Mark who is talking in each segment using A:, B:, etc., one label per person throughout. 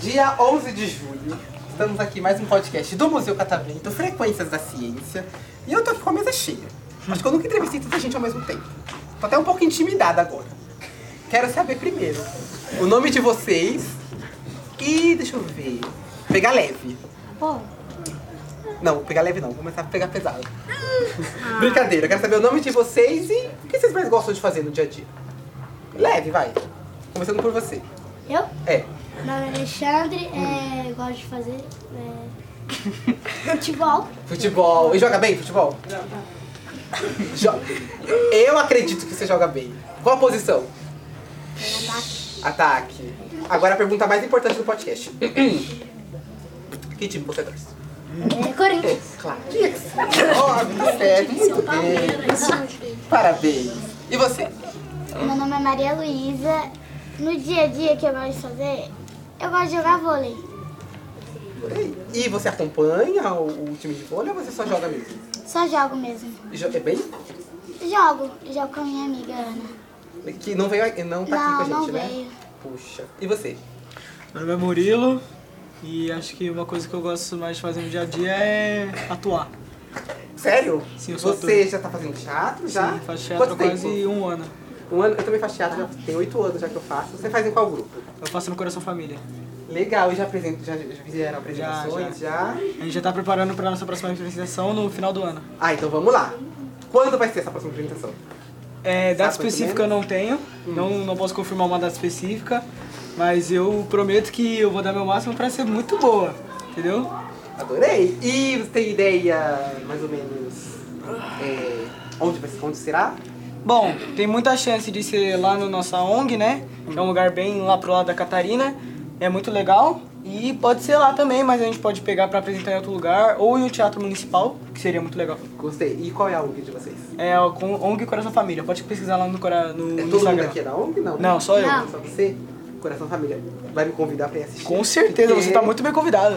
A: Dia 11 de julho, estamos aqui em mais um podcast do Museu Catavento, Frequências da Ciência. E eu tô aqui com a mesa cheia. Acho que eu nunca entrevistei tanta gente ao mesmo tempo. Tô até um pouco intimidada agora. Quero saber primeiro o nome de vocês e deixa eu ver. Pegar leve.
B: Pô,
A: Não, pegar leve não, vou começar a pegar pesado. Brincadeira, eu quero saber o nome de vocês e o que vocês mais gostam de fazer no dia a dia. Leve, vai. Começando por você.
B: eu?
A: É.
B: Meu nome é Alexandre, é, gosto de fazer é, futebol.
A: Futebol. E joga bem futebol? Jo- Eu acredito que você joga bem. Qual a posição? Ataque. Agora a pergunta mais importante do podcast. Que time você torce?
B: É, Corinthians.
A: Claro. Óbvio, tá certo. Muito
B: né?
A: bem. Parabéns. E você?
B: Meu nome é Maria Luísa. No dia a dia que eu gosto de fazer, eu gosto de jogar vôlei.
A: E você acompanha o, o time de vôlei ou você só joga mesmo?
B: Só jogo mesmo.
A: E jo- É bem?
B: Jogo. Jogo com a minha amiga Ana.
A: Que não veio, não tá
B: Não,
A: aqui com a
B: não
A: gente, né?
B: veio.
A: Puxa. E você?
C: Meu nome é Murilo e acho que uma coisa que eu gosto mais de fazer no dia a dia é atuar.
A: Sério?
C: Sim, eu sou
A: Você já tá fazendo teatro já?
C: Sim, faço teatro há
A: Quanto tempo?
C: quase um ano.
A: Um ano, eu também faço teatro, já tem oito anos já que eu faço. Você faz em qual grupo?
C: Eu faço no Coração Família.
A: Legal, e já, apresento, já, já fizeram apresentações? Já,
C: A gente já tá preparando para nossa próxima apresentação no final do ano.
A: Ah, então vamos lá. Quando vai ser essa próxima apresentação?
C: É, data
A: Sabe Hum.
C: específica eu não tenho, não, não posso confirmar uma data específica, mas eu prometo que eu vou dar meu máximo para ser muito boa, entendeu?
A: Adorei! E você tem ideia, mais ou menos, é, onde, vai, onde será?
C: Bom, tem muita chance de ser lá no nossa ONG, né? Que é um lugar bem lá pro lado da Catarina. É muito legal. E pode ser lá também, mas a gente pode pegar pra apresentar em outro lugar ou em um teatro municipal, que seria muito legal.
A: Gostei. E qual é a ONG de vocês?
C: É a com- ONG Coração Família. Pode pesquisar lá no,
A: É
C: cora, no, no
A: todo mundo
C: Instagram.
A: aqui é da ONG? Não.
C: Não, só eu.
B: Não.
A: Só você? Coração Família. Vai me convidar pra ir assistir?
C: Com certeza, você tá muito bem convidado.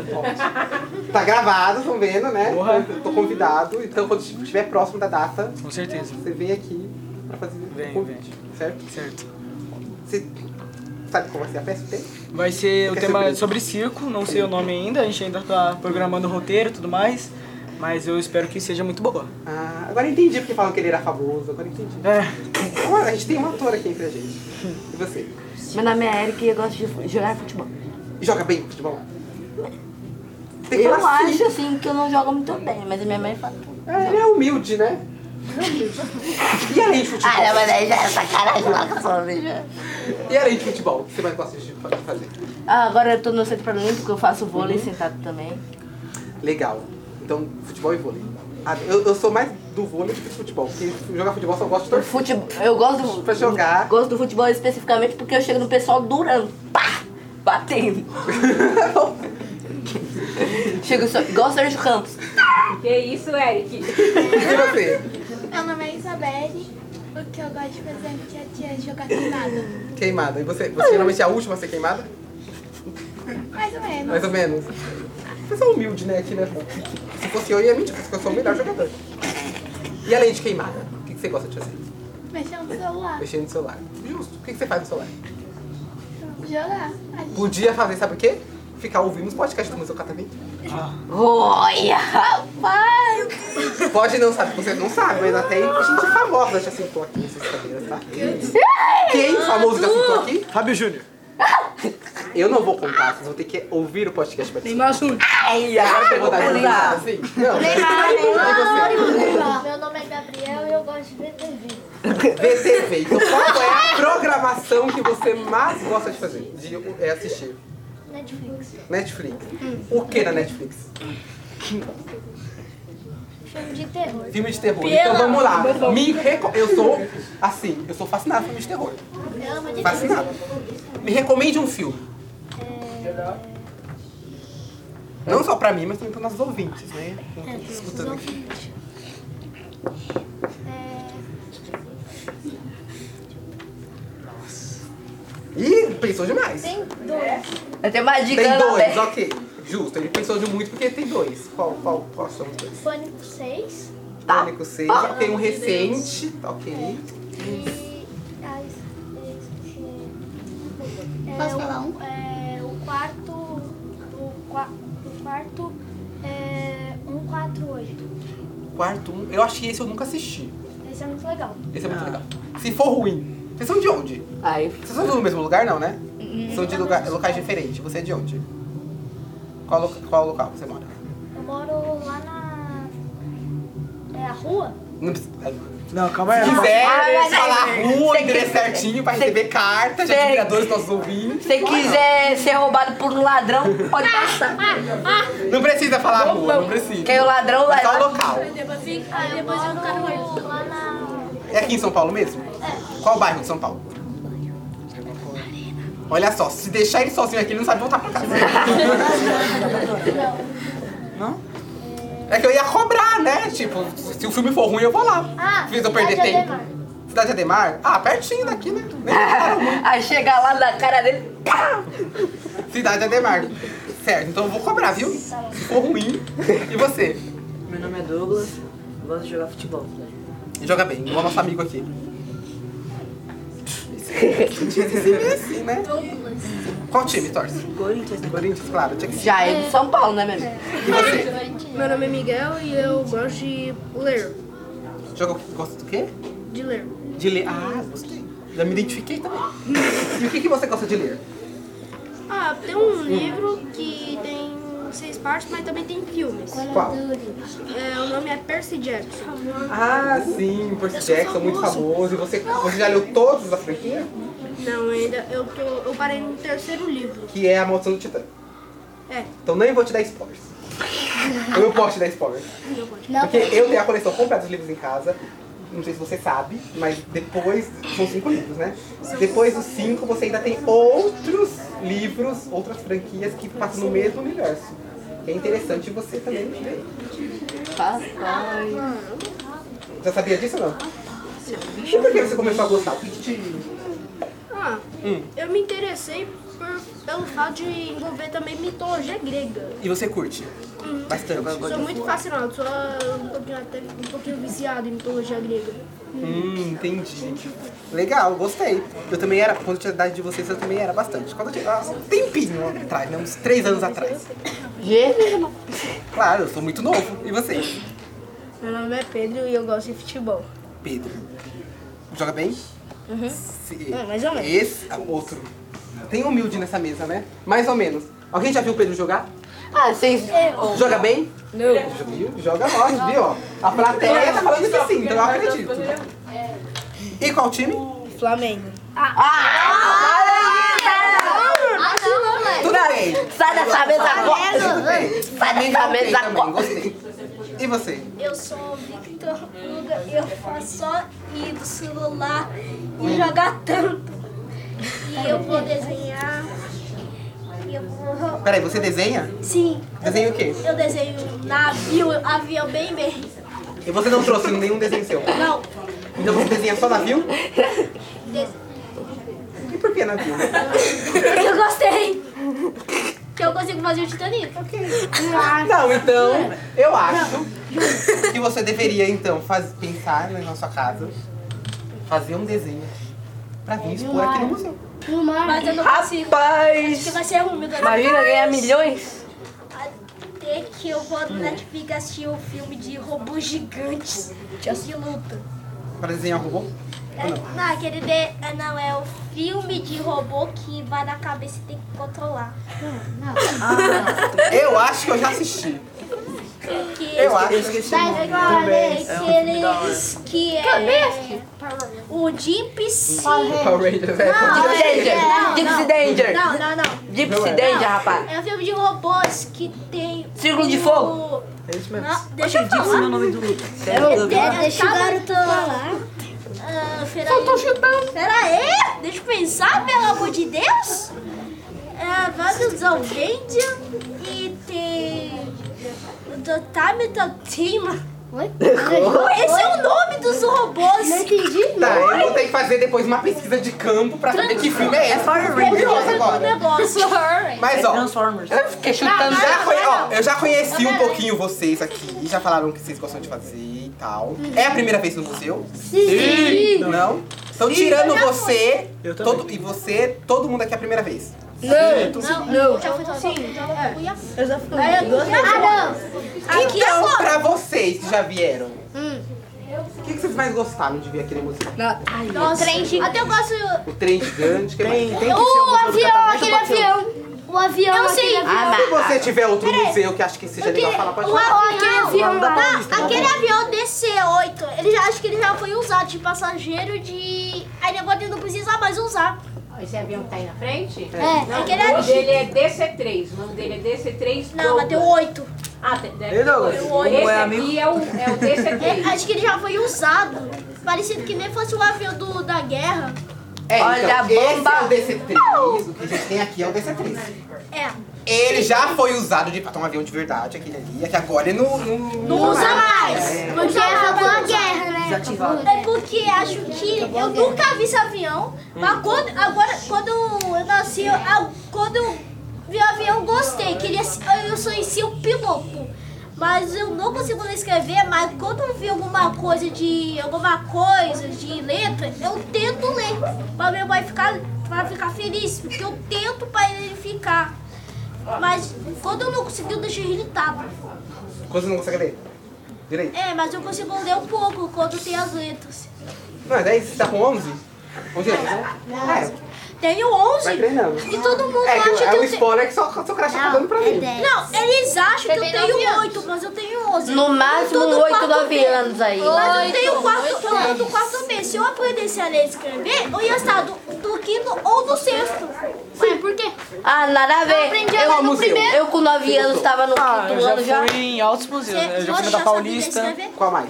A: Tá gravado, estão vendo, né?
C: Porra.
A: Eu tô convidado. Então, quando estiver próximo da data,
C: Com certeza.
A: Você vem aqui pra fazer o
C: Venho,
A: convite, certo?
C: Certo.
A: Você sabe como vai ser a peça? Tem?
C: Vai ser o
A: Quer
C: tema
A: surpresa?
C: é sobre circo, não sei o nome ainda, a gente ainda tá programando o roteiro e tudo mais, mas eu espero que seja muito boa.
A: Ah, agora entendi porque falam que ele era famoso, agora entendi.
C: É.
A: Agora, a gente tem um ator aqui entre a gente. E você?
D: Meu nome é Eric e eu gosto de fu- jogar futebol.
A: E joga bem futebol? Tem que
D: Eu
A: falar assim.
D: acho assim que eu não jogo muito bem, mas a minha mãe fala.
A: É, ele é humilde, né? Ele é humilde. E além de futebol?
D: Ah, não, mas aí já é sacanagem lá com a sua mãe, já.
A: E além de futebol, o que você mais gosta de fa- fazer?
D: Ah, agora eu tô no centro paralímpico, eu faço vôlei
A: Uhum.
D: sentado também.
A: Legal. Então, futebol e vôlei. Ah, eu, eu sou mais do vôlei do que do futebol, porque jogar futebol eu só gosto de
D: O
A: torcer.
D: futebol, eu gosto do,
A: Pra jogar.
D: gosto do futebol especificamente porque eu chego no pessoal durando. Pá! Batendo. chego só, igual o Sérgio Campos.
E: Que isso, Eric?
A: E você?
F: Meu nome é Isabelle. O que eu gosto de fazer no dia a dia é jogar queimada.
A: Queimada. E você, você geralmente é a última a ser queimada?
F: Mais ou menos.
A: Mais ou menos. Você é humilde, né, aqui, né? Se fosse eu, eu ia mentir, porque eu sou o melhor jogador. E além de queimada, o que que você gosta de fazer?
F: Mexer no celular.
A: Mexer no celular. Justo. O que que você faz no celular?
F: Jogar. A gente
A: Podia fazer, sabe o quê? Ficar ouvindo os podcasts do Museu Catavento.
D: Olha, rapaz!
A: Pode não sabe, você não sabe, mas até aí gente é famosa já sentou aqui nessas cadeiras, tá? Quem famoso já sentou aqui?
C: Fábio Júnior.
A: Eu não vou contar, vocês vão ter que ouvir o podcast pra
C: Neymar Júnior.
D: Ai,
A: Agora você
D: ai,
A: vai
D: vou
A: dar risada,
D: pesar.
A: assim? Não.
B: Meu nome é Gabriel e eu gosto de ver TV.
A: VTV. Então qual é a programação que você mais gosta de fazer? De é assistir?
B: Netflix.
A: Netflix. O que na Netflix?
B: Filme de terror.
A: Filme de terror. Então vamos lá. Me reco... Eu sou, assim, eu sou fascinado por filme de terror.
B: Eu amo de
A: Fascinado. Me recomende um filme.
B: É.
A: Não só pra mim, mas também pros nossos ouvintes,
B: É,
A: né? Escutando aqui. Ih, pensou demais.
F: tem dois.
B: É.
D: Eu tenho uma dica
A: Tem
D: Ana
A: dois,
D: Bela.
A: ok. Justo, ele pensou de muito porque tem dois. Qual, qual, qual são os dois?
B: Pânico 6
D: Tá.
A: Pânico 6, já tem um recente, tá ok.
F: E. Ai, é,
B: Posso
F: o-
B: falar um?
F: É, o quarto. O, qua- o quarto é 148.
A: Quarto um, eu acho que esse eu nunca assisti.
F: Esse é muito legal.
A: Esse é muito legal. Se for ruim, vocês são de onde?
D: Aí.
A: Vocês são do mesmo lugar, não, né?
D: Hum,
A: São de lugar, locais diferentes. Você é de onde? Qual, lo- qual local você mora?
F: Eu moro lá na. É a rua?
A: Não precisa. é.
C: Não, calma aí.
A: Se
D: vai,
A: quiser
D: vai,
A: falar
D: vai.
A: rua,
D: Ah, Você
A: endereço
D: quer-
A: certinho, vai receber carta de
D: Você-
A: admiradores nossos ouvintes.
D: Se quiser ser roubado por um ladrão, pode passar.
A: Não precisa falar rua, não precisa.
D: Porque o ladrão
A: É
D: vai
A: só
D: lá.
A: local.
F: Ah, depois eu moro lá na.
A: É aqui em São Paulo mesmo? Qual bairro de São Paulo? Olha só, se deixar ele sozinho aqui, ele não sabe voltar pra casa.
C: Não?
A: É que eu ia cobrar, né? Tipo, se o filme for ruim, eu vou lá.
B: Ah,
A: Se eu perder
B: Cidade
A: tempo.
B: Ademar.
A: Cidade Ademar? Ah, pertinho daqui, né? Nem caro muito.
D: Aí chega lá na cara dele, pá!
A: Cidade Ademar. Certo, então eu vou cobrar, viu? Se for ruim. E você?
G: Meu nome é Douglas, eu gosto de jogar futebol.
A: Joga bem, igual nosso amigo aqui. Tinha que ser assim, né? Qual time torce?
G: Corinthians, né?
A: Corinthians, claro. Tinha que ser.
D: Já é de São Paulo, né, meu amigo?
A: E você?
H: Meu nome é Miguel e eu gosto de ler.
A: Joga o que? Gosta do quê?
H: De ler.
A: De ler. Ah, gostei. Já me identifiquei também. E o que, que você gosta de ler?
H: Ah, tem um livro que tem seis partes, mas também tem filmes.
A: Qual?
H: É, o nome é Percy Jackson.
A: Ah, sim, Percy Jackson, muito famoso. E você, você já leu todos da franquia?
H: Não, ainda eu, tô, eu parei no terceiro livro.
A: Que é A Maldição do Titã.
H: É,
A: Então nem vou te dar spoilers. Eu não posso te dar spoilers.
B: Não,
A: Porque eu tenho a coleção completa dos livros em casa. Não sei se você sabe, mas depois. São cinco livros, né? Depois dos cinco, você ainda tem outros livros, outras franquias que passam no mesmo universo. É interessante você também ver.
D: Tá, Papai.
A: Já sabia disso ou não? E por que você começou a gostar? O que que te-
H: ah, eu me interessei por- pelo fato de envolver também mitologia grega.
A: E você curte? Bastante.
H: Sou muito fascinado, sou ah, um pouquinho, até, um pouquinho viciado em mitologia grega.
A: Hum, entendi. Legal, gostei. Eu também era, quando eu tinha a idade de vocês, eu também era bastante. Quando eu tinha, há um tempinho atrás, né? Uns três anos atrás. Claro, eu sou muito novo. E você?
H: Meu nome é Pedro e eu gosto de futebol.
A: Pedro. Joga bem? Se-
H: É, mais ou menos.
A: Esse é o outro. Tem um humilde nessa mesa, né? Mais ou menos. Alguém já viu o Pedro jogar?
D: Ah, vocês.
H: Oh.
A: Joga bem? Não. Joga ótimo, viu? ó? A plateia tá falando que sim, então eu acredito. E qual time?
H: Flamengo.
B: Ah, não, mãe.
A: Tudo bem.
D: Sai dessa mesa agora!
A: Tudo bem. Flamengo
D: dessa
A: ok
D: mesa
A: também,
D: agora.
A: gostei. E você?
F: Eu sou o Victor Luga e eu faço só ir do celular e jogar tanto. E eu vou desenhar. E eu vou.
A: Peraí, você desenha?
F: Sim,
A: Desenha o quê?
F: eu desenho navio, avião bem bem.
A: E você não trouxe nenhum desenho seu?
F: Não,
A: Então você desenha só navio?
F: des-
A: E por que navio?
F: porque eu gostei. Que eu consigo fazer o Titanic.
A: Não, então, eu acho que você deveria, então, faz, pensar na nossa casa, fazer um desenho pra vir expor aqui no museu.
B: No mar.
F: Mas eu não consigo.
D: Rapaz!
F: Porque vai ser ruim, meu Deus.
D: Imagina ganhar milhões?
F: Até que eu vou no Netflix assistir um filme de robôs gigantes que lutam.
A: Pra desenhar um robô?
F: É, não, aquele de, é, não, é o filme de robô que vai na cabeça e tem que controlar.
A: Eu acho que eu já assisti.
F: Que,
A: Eu acho.
G: Esqueci.
F: é, que eles, que é o Jeeps
A: Power Rangers, é.
D: Gypsy Danger! Gypsy Danger!
F: Não, não, não.
D: Gypsy Danger, rapaz!
F: É um filme de robôs que tem
D: Círculo de
F: o-
D: Fogo.
G: É isso mesmo.
F: Não, deixa eu
G: Dixon é o
F: falar.
G: nome do Lucas. É
F: Tem-
B: Deixa o
F: tá-
B: garoto falar.
F: Ah, peraí. Eu tô chutando. Peraí, deixa eu pensar, pelo amor de Deus. É, Vandals of Danger e tem... Do Time to Team.
B: Oi?
F: Esse é o nome dos robôs.
B: Não entendi.
A: Tá, eu vou ter que fazer depois uma pesquisa de campo pra saber que filme é esse.
G: Fire
A: Eu fiquei curiosa agora.
F: negócio.
A: Mas ó,
G: Transformers.
A: eu fiquei chutando. Já conhe- ó, eu já conheci um pouquinho vocês aqui. Já falaram o que vocês gostam de fazer e tal. É a primeira vez no museu?
B: Sim.
A: Não? Então tirando você,
C: Eu também.
A: todo, e você, todo mundo aqui é a primeira vez.
B: Não, não. Já fui Sim.
G: Eu já fui. Aí
B: Ah, não.
A: então, pra vocês que já vieram, o que, que vocês mais gostaram de vir aqui no museu?
F: Nossa. Até eu gosto.
A: O trem gigante, o que mais?
C: Tem, tem que ser o
B: O
C: motor do
B: avião,
C: catavento
B: aquele
C: pode ser-
B: avião. O avião,
F: Eu sei.
B: aquele avião.
A: Se você tiver outro museu que acha que seja legal, fala, pode
F: O
A: falar.
F: avião.
C: Vamos dar
F: Tá,
C: pra lista.
F: aquele avião DC-8, ele já, acho que ele já foi usado de passageiro de. Aí agora ele não precisa mais usar.
E: Esse avião que tá aí na frente?
B: É.
E: Não,
F: Aquele
E: o nome
F: ali.
E: dele é DC3. O nome dele é DC3
F: Não,
E: Douglas.
F: mas tem o 8.
E: Ah, tem, deve
C: Ei, Douglas,
E: ter
G: o
E: oito. Esse
G: é
E: aqui é o, é o
F: É,
E: DC3.
F: acho que ele já foi usado. Parecido que nem fosse o avião do, da guerra.
A: É,
G: Olha a
A: então,
G: bomba.
A: Esse é o DC-3. O que a gente tem aqui é o DC-3.
F: É.
A: Ele já foi usado de pra um avião de verdade, aquele ali. É que agora ele não... Não,
F: Não usa mais.
B: Porque acabou a guerra, né?
G: Desativado.
F: É porque acho que eu nunca vi esse avião, mas quando, agora, quando eu nasci, eu, eu- quando eu vi o avião, eu gostei. Queria, ser- eu sou em si um piloto, mas eu não consigo ler e escrever. Mas quando eu vi alguma coisa de alguma coisa de letra, eu tento ler para minha mãe ficar, pra ficar feliz, porque eu tento para ele ficar. Mas quando eu não consegui, eu deixei irritado.
A: Quando você não consegue ler. Direito.
F: É, mas eu consigo ler um pouco quando tem as letras.
A: Mas é isso, você tá com 11? 11 anos, né? É,
F: Tenho 11.
A: vai treinando.
F: E todo mundo
A: É, que
F: acha
A: eu- é
F: que
A: o
F: eu tenho.
A: spoiler que só, só o Crash tá dando pra mim.
F: Não, eles acham que eu
B: Você tem nove
F: tenho
B: anos.
F: 8, mas eu tenho 11.
D: No máximo
F: Tudo
D: 8,
F: quarto
D: 9
F: B.
D: anos aí.
F: Mas eu tenho 4, eu tô no quarto mês. Se eu aprendesse a ler e escrever, eu ia estar do, do quinto ou do sexto. Ué, por quê?
D: Ah, nada a ver.
B: aprendi a
D: eu,
B: ler no primeiro.
D: eu com 9 anos tava no
C: Ah, eu
D: quinto ano já.
C: já fui em altos museus, né? Eu já fui no da Paulista,
A: Qual mais?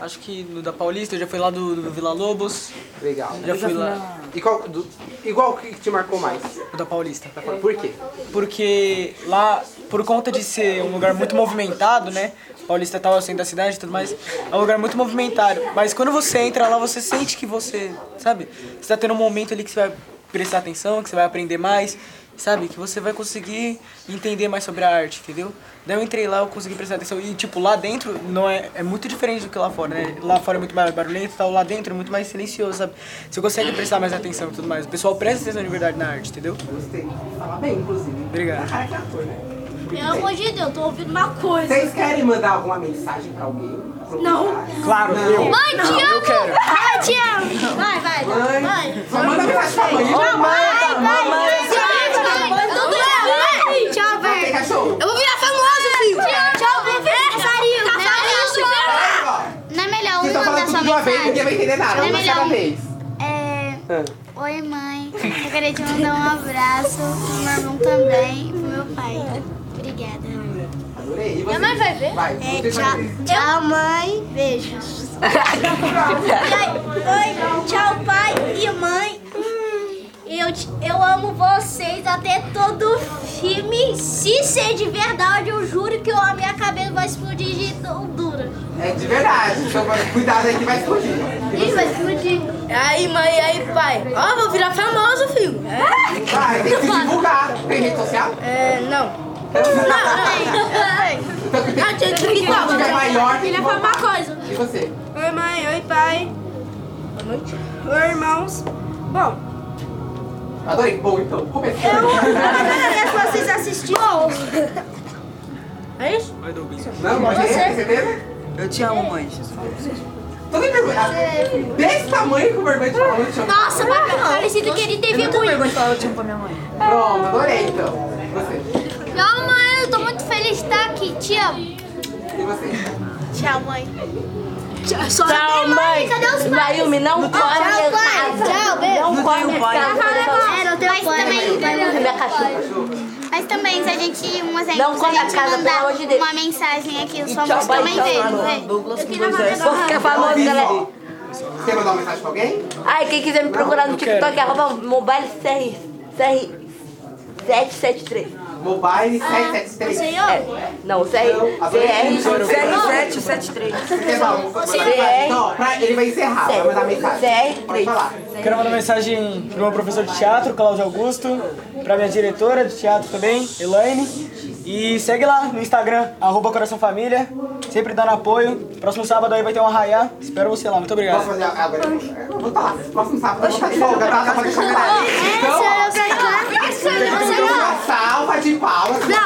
C: acho que no da Paulista, eu já fui lá do, do Vila Lobos,
A: Legal.
C: já fui lá
A: E qual, do, igual que te marcou mais?
C: do da Paulista.
A: Por quê?
C: porque lá, por conta de ser um lugar muito movimentado, né? Paulista tá o centro da cidade e tudo mais, é um lugar muito movimentado. Mas quando você entra lá, você sente que você, sabe? Você tá tendo um momento ali que você vai prestar atenção, que você vai aprender mais, sabe? Que você vai conseguir entender mais sobre a arte, entendeu? Daí eu entrei lá, eu consegui prestar atenção. E, tipo, lá dentro não é, é muito diferente do que lá fora, né? Lá fora é muito mais barulhento e tal, lá dentro é muito mais silencioso, sabe? Você consegue prestar mais atenção e tudo mais. O pessoal presta atenção de verdade na arte, entendeu?
A: Gostei. Fala bem, inclusive.
C: Obrigado.
A: Cara, que ator, né?
F: Pelo amor de Deus, eu tô ouvindo uma coisa.
A: Vocês querem mandar alguma mensagem pra alguém? Não.
C: Claro, eu.
F: Mãe, te amo!
C: Eu quero.
F: Ai, te amo! Vai, vai, vai. vai.
A: Só manda mensagem pra mãe.
C: Mamãe, mamãe.
F: Tudo bem, vai. Tchau,
A: Tem cachorro?
B: Eu vou virar famoso, filho.
F: tchau, Cafarinho. Cafarinho.
A: Ó,
B: Não é melhor
A: Vocês
B: um
A: estão
B: mandar
A: tá falando
B: só
A: tudo de uma vez, ninguém
B: mensagem?
A: vai entender nada.
B: Não é
A: Uma de cada
B: melhor-
A: vez.
B: É...
A: Ah.
B: Oi, mãe. Eu queria te mandar um abraço pro meu irmão também e pro meu pai. Obrigada.
A: Adorei. E você? Minha mãe vai ver? Vai.
B: É,
A: Você
B: tchau.
A: vai ver.
B: Tchau, mãe. Beijos.
F: E aí, Oi, tchau pai e mãe. Eu, te- eu amo vocês até todo filme. Se ser de verdade, eu juro que a minha cabeça vai explodir de tão dura.
A: É de verdade. Então, cuidado aí que vai explodir.
B: Ih, vai explodir.
G: Aí, mãe, aí, pai. Ó, vou virar famoso, filho.
A: Vai, tem que se divulgar. Tem rede social?
G: É, não.
A: Então, que tem
G: Ah, tinha que
A: Quando tiver maior, tem que
F: Queria falar
A: divulgar.
F: uma coisa.
A: E você?
H: Oi, mãe. Oi, pai. Oi, irmãos. Bom,
A: Adorei. Bom, então, começou.
H: eu agradeço vocês assistirem.
G: É isso?
C: Vai, Douglas.
A: Não, mas você? certeza?
G: Eu te amo, mãe.
A: Tô nem vergonha. Desse tamanho com vergonha de falar eu te amo.
F: Nossa, mas parecido que ele teve
G: Eu tenho
F: ruim.
G: vergonha de falar eu te amo pra minha mãe.
A: Pronto, adorei então. Você.
B: Tchau, mãe. Eu tô muito feliz de estar aqui. Te amo.
A: E você?
F: Tchau, mãe.
D: Tchau, mãe.
B: Cadê os pais?
D: Nayumi, não corre
B: um
D: minha casa.
B: Tchau, beijo.
D: Não corre minha
G: pai.
D: casa.
B: É, não tem Mas
D: Não,
B: também...
D: Minha cachorra.
B: Mas também, se a gente, um exemplo,
D: Não
B: se
D: come
B: a
D: a
B: gente
D: casa, pelo
B: mandar
D: amor de Deus.
B: uma mensagem aqui, os
D: Tchau,
B: famosos
D: pai.
B: também
D: Tchau,
B: veio,
D: mãe.
B: vem.
G: Douglas com
F: falar
G: Moisés.
D: Vou ficar famoso, Tá galera.
A: Quer mandar uma mensagem pra alguém?
D: Ai, quem quiser me procurar no TikTok, arroba mobile CR, CR 773.
A: Mobile 773.
F: Você ama?
D: É, Não, CR,
A: Não, a Bruna-
D: CR773.
A: Quer dar um- Não, pra- ele vai encerrar, vai mandar mensagem. Pode falar.
C: Quero mandar mensagem pro meu professor de teatro, Cláudio Augusto, pra minha diretora de teatro também, Elaine. E segue lá no Instagram, arroba Coração Família, sempre dando apoio. Próximo sábado aí vai ter um arraiá, espero você lá, muito
A: Posso
C: obrigado.
A: fazer agora? Eu vou falar. Próximo sábado eu vou estar de folga, tá? Só pra deixar homenagem. Então,
B: Você olhou pra cá?
A: ó, uma salva de palmas.